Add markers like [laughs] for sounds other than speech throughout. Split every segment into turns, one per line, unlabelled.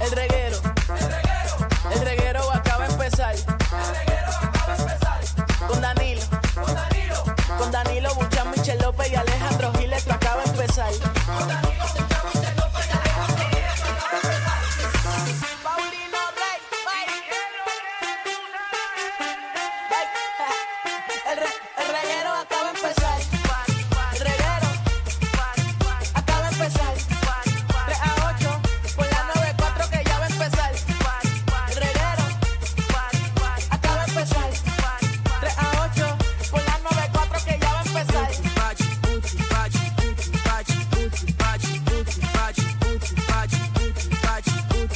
El reguero. El reguero acaba de empezar. Con Danilo. Con Danilo Buchan, Michel López y Alejandro Giles, esto acaba de empezar. Paulino Rey, El, re, el reguero acaba de empezar. El reguero acaba de empezar. 3 a 8 por la 94 que ya va a empezar. El reguero acaba de empezar. 3 a 8 por la 94 que ya va a empezar.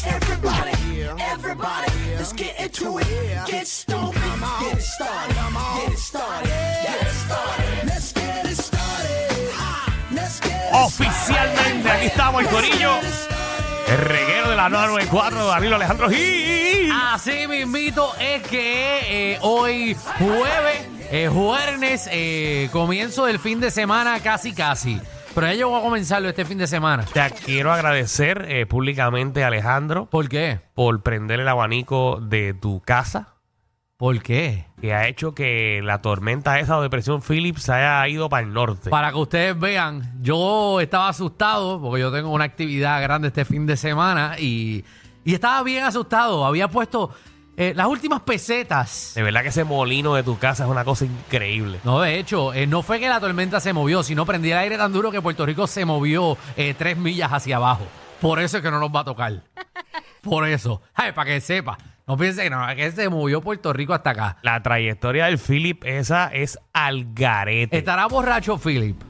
Everybody, everybody, let's get into it. Get stoned, get it started, get it started, get it started. Let's get it started. Let's get it
Oficialmente, aquí estamos el corillo. El reguero de la 994, Danilo Alejandro Gil.
Así mismito es que eh, hoy jueves, eh, jueves, eh, comienzo del fin de semana casi casi. Pero ya yo voy a comenzarlo este fin de semana.
Te quiero agradecer eh, públicamente, Alejandro,
¿Por qué?
por prender el abanico de tu casa,
¿Por qué?
que ha hecho que la tormenta esa o depresión Phillips haya ido para el norte.
Para que ustedes vean, yo estaba asustado porque yo tengo una actividad grande este fin de semana y, y estaba bien asustado. Había puesto eh, las últimas pesetas.
De verdad que ese molino de tu casa es una cosa increíble.
No, de hecho, eh, no fue que la tormenta se movió, sino prendí el aire tan duro que Puerto Rico se movió eh, tres millas hacia abajo. Por eso es que no nos va a tocar. Por eso. Ay, para que sepa. No piense que no, es que se movió Puerto Rico hasta acá.
La trayectoria del Philip esa es al garete.
Estará borracho Philip.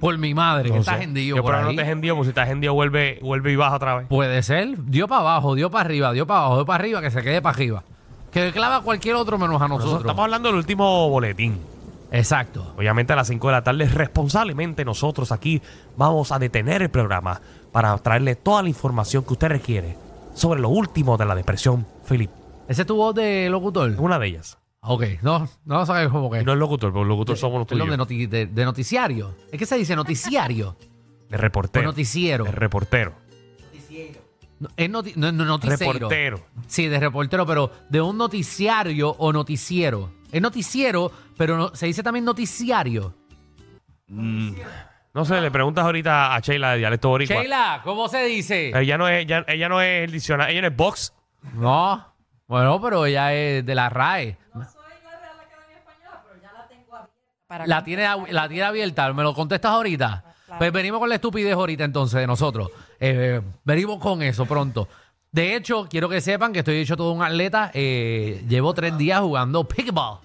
Por mi madre, que
Entonces,
está hendido
Yo
por
pero no
ahí.
te gendío, porque si estás gendío vuelve, vuelve y baja otra vez.
Puede ser. Dio para abajo, dio para arriba, dio para abajo, dio para arriba, que se quede para arriba. Que clava a cualquier otro menos a
Nosotros
nosotros.
estamos hablando del último boletín.
Exacto.
Obviamente a las 5 de la tarde, responsablemente nosotros aquí vamos a detener el programa para traerle toda la información que usted requiere sobre lo último de la depresión, Philip.
¿Ese es tu voz de locutor?
Es una de ellas.
Ok, no, no sabes cómo que.
Y no es locutor, porque locutor somos los
Perdón,
tuyos.
de, noti- de- de noticiario. Es que se dice noticiario.
De
o
reportero.
noticiero.
De reportero.
No, es noti- no, no, noticiero.
Reportero.
Sí, de reportero, pero de un noticiario o noticiero. Es noticiero, pero no- se dice también noticiario.
No sé, le preguntas ahorita a Sheila de Dialecto Boricua.
Sheila, ¿cómo se dice?
Ella no es, ella, ella no es el diccionario, ella no es box.
No. Bueno, pero ella es de la RAE.
para
La tiene, ab- la tiene abierta, me lo contestas ahorita. Pues venimos con la estupidez ahorita entonces de nosotros. Eh, venimos con eso pronto. De hecho, quiero que sepan que estoy hecho todo un atleta. Eh, llevo tres días jugando pickleball.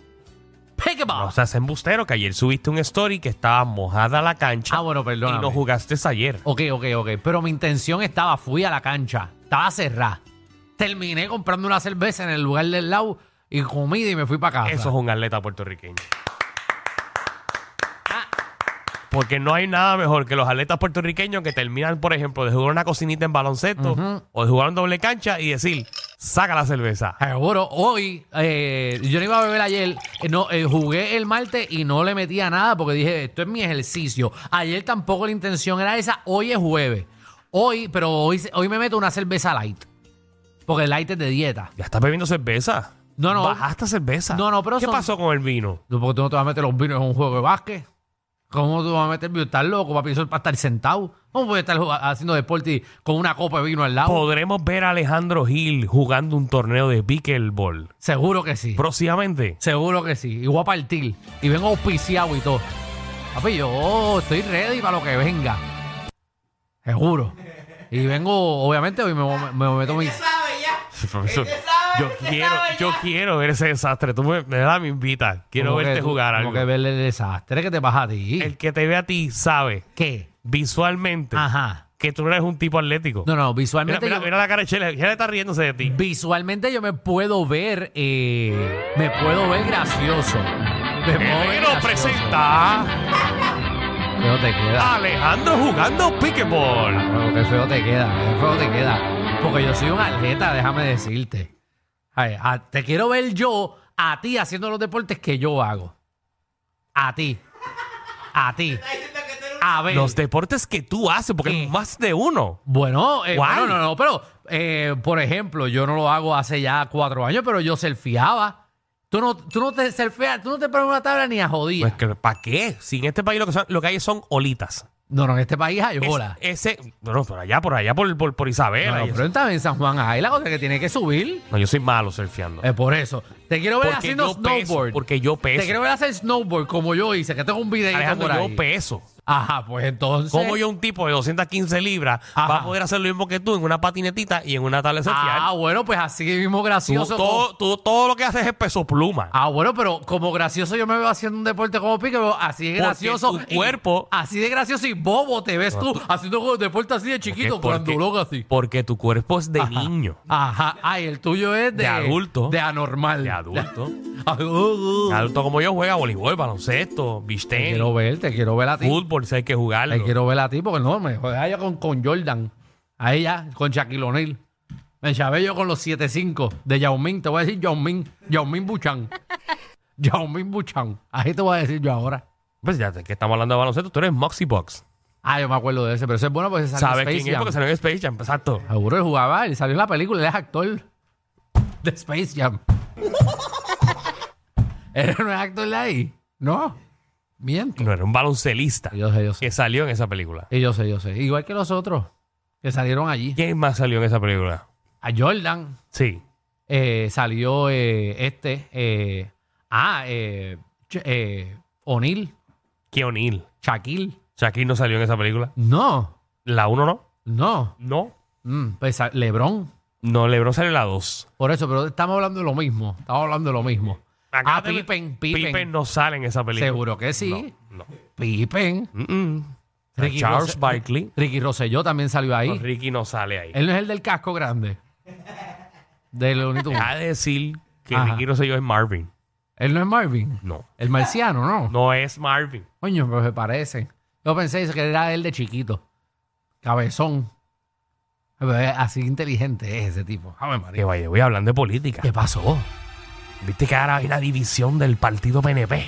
Pickleball.
O sea, es embustero que ayer subiste un story que estaba mojada la cancha.
Ah, bueno,
Y
perdóname. Ah,
no jugaste ayer.
Ok, ok, ok. Pero mi intención estaba, fui a la cancha, estaba cerrada. Terminé comprando una cerveza en el lugar del lado y comida y me fui para casa.
Eso es un atleta puertorriqueño.
Ah,
Porque no hay nada mejor que los atletas puertorriqueños que terminan, por ejemplo, de jugar una cocinita en baloncesto o de jugar en doble cancha y decir, saca la cerveza.
Seguro, hoy, eh, yo no iba a beber ayer, eh, no, eh, jugué el martes y no le metía nada porque dije, esto es mi ejercicio. Ayer tampoco la intención era esa, hoy es jueves. Hoy, pero hoy, se- hoy me meto una cerveza light. Porque el light es de dieta.
Ya estás bebiendo cerveza.
No, no.
Bajaste cerveza.
No, no, pero
¿Qué
son-
pasó con el vino?
No, Porque tú no te vas a meter los vinos en un juego de básquet. ¿Cómo tú vas a meter vino? Estás loco, papi, eso es para estar sentado. ¿Cómo puedes estar jug- haciendo deporte y- con una copa de vino al lado?
¿Podremos ver a Alejandro Gil jugando un torneo de pickleball?
Seguro que sí. [laughs]
Próximamente.
Seguro que sí. Y voy a partir. Y vengo auspiciado y todo. Papi, yo estoy ready para lo que venga. Seguro. Y vengo, obviamente, hoy me, me meto mi.
Él sabe ya.
Profesor,
Él sabe,
yo
él sabe
quiero,
ya.
yo quiero ver ese desastre. Tú me, me das, me invitas. Quiero
como que
verte
tú-
jugar algo.
Como que verle el desastre que te pasa a ti.
El que te ve a ti sabe
¿Qué?
visualmente
Ajá.
que tú no eres un tipo atlético.
Ah. No, no,
mira,
visualmente.
mira,
yo-
mira la cara de Chele. Chele está riéndose de ti.
Visualmente yo me puedo ver, eh, me puedo ver gracioso. Me puedo ver
Pero
gracioso.
presenta
Qué feo te queda.
a Alejandro jugando pickleball.
Bueno, qué feo te queda, qué feo te queda. Porque yo soy un atleta, déjame decirte. Ay, a- te quiero ver yo a ti haciendo los deportes que yo hago. A ti. A ti.
Está diciendo que tú eres un-
A ver.
Los deportes que tú haces, porque
Sí.
hay más de uno.
Bueno, eh,
¿Cuál?
bueno, no, no, pero eh, por ejemplo, yo no lo hago hace ya cuatro años, pero yo selfieaba. Tú no, tú no te selfieas, tú no te pones una tabla ni a jodía.
Pues que, ¿Para qué? Si en este país lo que, son- lo que hay son olitas.
no, no, en este país hay
Es-
hola.
ese, no, por allá, por allá, por, por, por
No,
Isabela.
no,
y eso.
pero también en San Juan hay la cosa que tiene que subir.
No, yo soy malo surfeando.
Es por eso. Te quiero ver
porque,
haciendo
yo
snowboard.
peso, porque yo
te
peso.
quiero ver hacer snowboard como yo hice, que tengo un video por
Alejandro,
ahí.
yo peso.
Ajá, pues entonces.
¿Cómo yo, un tipo de 215 libras,
Ajá.
va a poder hacer lo mismo que tú en una patinetita y en una tabla social?
Ah, bueno, pues así mismo
tú,
gracioso. como-
todo, tú todo lo que haces es peso pluma.
Ah, bueno, pero como gracioso yo me veo haciendo un deporte como pique, pero así de
Porque
gracioso.
tu
y-
cuerpo-
así de gracioso y bobo te ves tú haciendo un deporte así de chiquito, grandulón así.
porque tu cuerpo es de niño,
Ajá. Ay, el tuyo es de.
De adulto.
De anormal.
de
[laughs]
adulto.
Ah, uh, uh.
Un adulto como yo juega voleibol, baloncesto, beach
Te
tenis,
quiero ver, te quiero ver a ti.
fútbol, si hay que jugarlo.
Te quiero ver a ti porque no, me jodía yo con, con Jordan. Ahí ya, con Shaquille O'Neal. Me chavé yo con los 7-5 de Yao Ming. Te voy a decir Yao Ming. Yao Ming Buchan. [laughs] Yao Ming Buchan. Ahí te voy a decir yo ahora.
Pues ya que estamos hablando de baloncesto, tú eres Moxie Box.
Ah, yo me acuerdo de ese, pero ese es bueno porque se salió
¿Sabes
en Space
quién es?
Jam.
Porque salió en Space Jam, exacto.
Seguro él jugaba, él salió en la película, él es actor de Space Jam. [laughs] él no es actor de ahí. No. Miento.
No, era un baloncelista
Yo sé, yo sé.
que salió en esa película.
Y yo sé, yo sé. Igual que los otros que salieron allí.
¿Quién más salió en esa película?
A Jordan
Sí.
eh, salió eh, este. eh, ah, eh, Ch- eh, O'Neal,
Keonil.
Shaquille.
Shaquille no salió en esa película.
No,
La 1 no.
no.
No.
Mm, pues, a- Lebron.
No, LeBron salió en la 2.
Por eso, pero estamos hablando de lo mismo. Estamos hablando de lo mismo.
Acá
ah,
te-
Pippen, Pippen.
Pippen no sale en esa película.
Seguro que sí.
No. no.
Pippen.
Mm-mm.
Ricky
Charles
Rose- eh,
Barkley.
Ricky Rosselló también salió ahí.
No, Pues Ricky no sale ahí.
Él no es el del casco grande. De Looney
[laughs]
Tunes.
Deja de decir que
Ajá.
Ricky Rosselló es Marvin.
Él no es Marvin.
No.
El marciano, ¿no?
No es Marvin.
Coño, pero se parecen. Yo pensé que era él de chiquito. Cabezón. Pero es Así inteligente es ese tipo. Ave
Que
María.
vaya, voy hablando de política.
¿Qué pasó?
Viste que ahora hay una división del partido PNP.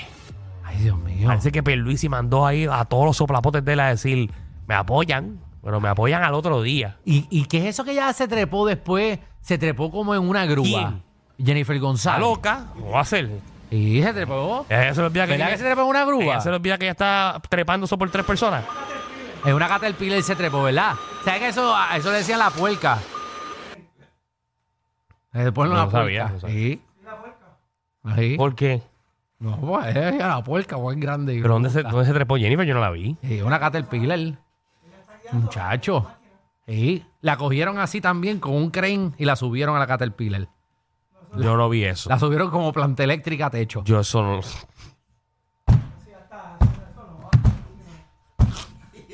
Ay, Dios mío.
Parece que Pierluisi mandó ahí a todos los soplapotes de él a decir, me apoyan, pero me apoyan al otro día.
¿Y, y qué es eso que ya se trepó después? Se trepó como en una grúa. Jennifer
Está
González.
loca, ¿cómo va a hacer?
Y se trepó.
Ella se le olvida que,
¿Verdad que se
ella-
trepó en una grúa?
ella se le olvida que ya está trepando eso por tres personas.
Es una caterpillar y se trepó, ¿verdad? ¿Sabes que eso, a eso le decían la puerca? Le ponen
No
una
lo
puerca.
sabía, no sabía.
Sí. Ahí.
¿Por qué?
No, pues es la puerca, buen grande. y
¿Pero dónde se,
puerca.
dónde se trepó Jennifer? Yo no la vi.
Sí, una caterpillar. Muchacho. Sí. La cogieron así también con un crane y la subieron a la caterpillar.
Yo no vi eso.
La subieron como planta eléctrica a techo.
Yo eso no...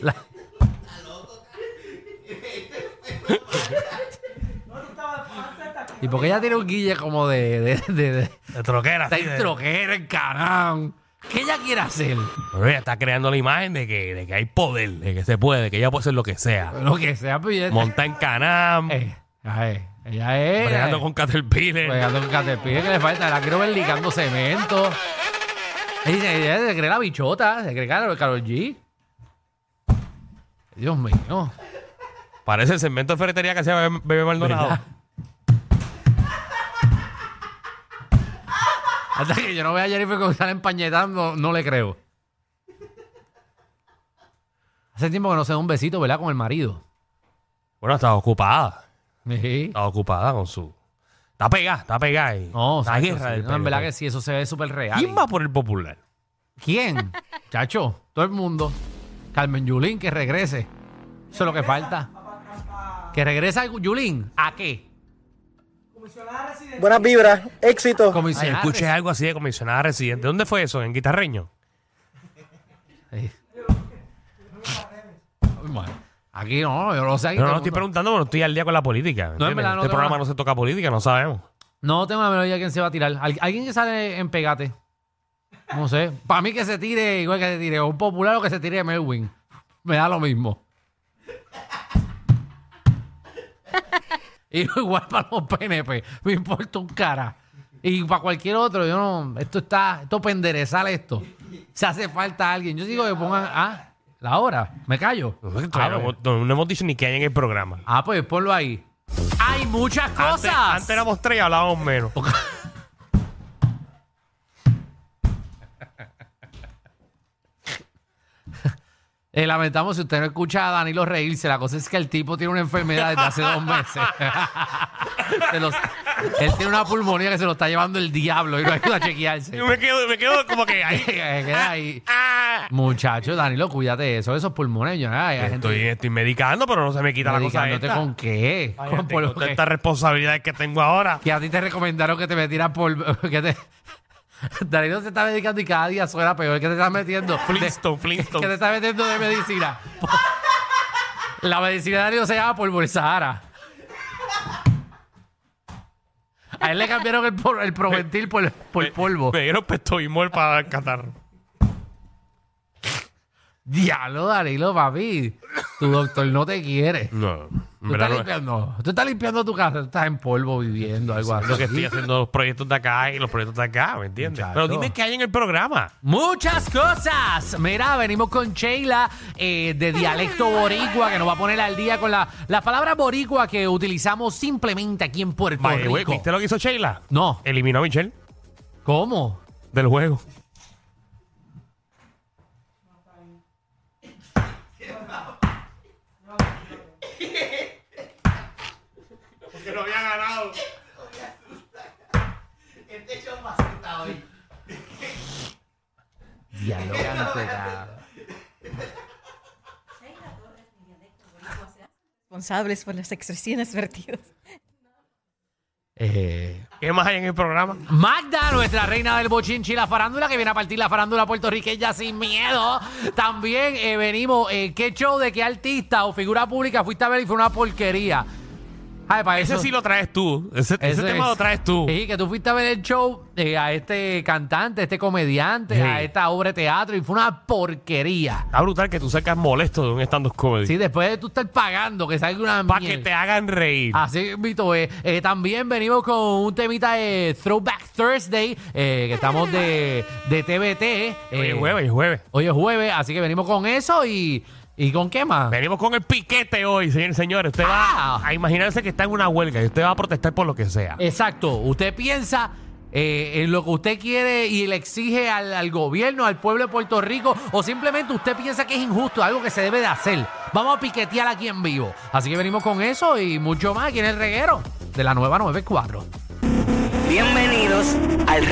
La- ¿Y porque ella tiene un guille como de, de, de- de-
De troquera.
Está
así
en
de-
troquera, en canán. ¿Qué ella quiere hacer?
Pero ella está creando la imagen de que, de que hay poder, de que se puede, de que ella puede hacer lo que sea.
Lo que sea, pues ella-
Montar en canam,
Eh, ella es. Ella es.
bregando con caterpillar.
Pegando con Pues, caterpillar que le falta. La quiero ver ligando cemento. Ella, se- ella se cree la bichota. Se cree Carol, Karol G. Dios mío.
Parece el segmento de ferretería que hacía Bebe, Bebe Maldonado.
¿Verdad? Hasta que yo no vea a Jennifer González empañetando, no le creo. Hace tiempo que no se da un besito, ¿verdad? Con el marido.
Bueno, estaba ocupada.
Sí.
Estaba ocupada con su. Está pegada, está pegada. ahí.
No,
la
exacto,
guerra
sí.
del
No, en
PNP.
verdad que sí, eso se ve súper real.
¿Quién va por el popular?
¿Quién? Chacho, todo el mundo. Carmen Yulín, que regrese. Eso es lo que falta. Que regresa Yulín. ¿A qué?
Buenas vibras, éxito.
Ay,
Comisionada.
escuché algo así de comisionada residente. ¿Dónde fue eso? ¿En Guitarreño?
Sí. Ay, madre. Aquí no, yo lo sé. aquí
No, no,
todo el
estoy
mundo.
preguntando, pero estoy al día con la política.
No, en
¿entiendes?
verdad, no
este
tengo
programa
nada.
no se toca política, no sabemos.
No tengo la menor idea de quién se va a tirar. Al- alguien que sale en pegate. No sé. Para mí que se tire, igual que se tire, o un popular o que se tire Melwin. Me da lo mismo. Y igual para los PNP. Me importa un cara. Y para cualquier otro, yo no. Esto está. Esto para enderezar esto. Se hace falta alguien. Yo digo que pongan. Ah, la hora. Me callo.
Todavía
Ah,
no,
pues.
hemos- no- no hemos dicho ni qué hay en el programa.
Ah, pues ponlo ahí. Hay muchas cosas.
Antes, antes éramos tres y hablábamos menos.
Eh, lamentamos si usted no escucha a Danilo reírse. La cosa es que el tipo tiene una enfermedad desde hace dos meses. [laughs] Se los- él tiene una pulmonía que se lo está llevando el diablo y no ayuda a
[laughs]
chequearse.
Yo me quedo, me quedo como que
[laughs]
ahí. Ah.
Queda ahí. Muchacho, Danilo, cuídate de eso, de esos pulmones. yo, ay, hay gente
Estoy, estoy medicando, pero no se me quita la cosa
medicándote
esta.
con qué.
Ay,
con
tengo
polvo
todas
que,
estas responsabilidades que tengo ahora.
que a ti te recomendaron que te metieras por... [laughs] que te- Danilo se está medicando y cada día suena peor. que te estás metiendo? De-
Flintstone,
que te
Flintstone.
está metiendo de medicina. La medicina de Danilo se llama polvo del Sahara. A él le cambiaron el, por- el proventil por, por polvo.
Me dieron pestovimol para el catarro.
Diablo, Danilo, papi. Tu doctor no te quiere.
No, en
Tú
verdad
estás,
no es.
limpiando, tú estás limpiando tu casa, tú estás en polvo viviendo, algo así.
Lo que estoy haciendo los proyectos de acá y los proyectos de acá, ¿me entiendes?
Muchacho.
Pero dime qué hay en el programa.
Muchas cosas. Mira, venimos con Sheila eh, de dialecto boricua que nos va a poner al día con la, la palabra boricua que utilizamos simplemente aquí en Puerto
By the way,
Rico.
¿Viste lo que hizo Sheila?
No,
Eliminó a Michelle
¿cómo?
del juego. Porque no había ganado.
Dialogante, cabrón.
responsables por las expresiones vertidas.
Eh,
¿Qué más hay en el programa?
Magda, nuestra reina del bochinchi, la farándula, que viene a partir la farándula puertorriqueña sin miedo. También eh, venimos, eh, ¿qué show de qué artista o figura pública fuiste a ver y fue una porquería? Ay, para
Ese
Ah, eso
sí lo traes tú. Ese, ese
Eso
tema
es.
lo traes tú.
Sí, que tú fuiste a ver el show eh, a este cantante, a este comediante,
Sí.
a esta obra de teatro y fue una porquería.
Está brutal que tú sacas molesto de un stand-up comedy.
Sí, después de tú estar pagando que salga una
Para que
mierda.
te hagan reír.
Así, Vito, eh, eh, también venimos con un temita de Throwback Thursday, eh, que estamos de, de TBT.
Hoy
eh,
es jueves, hoy es jueves.
Hoy es jueves, así que venimos con eso y, y con qué más.
Venimos con el piquete hoy, señores y señores. Usted
Ah.
va a imaginarse que está en una huelga y usted va a protestar por lo que sea.
Exacto, usted piensa eh, en lo que usted quiere y le exige al, al gobierno, al pueblo de Puerto Rico, o simplemente usted piensa que es injusto, algo que se debe de hacer. Vamos a piquetear aquí en vivo. Así que venimos con eso y mucho más aquí en el reguero de la nueva 94.
Bienvenidos al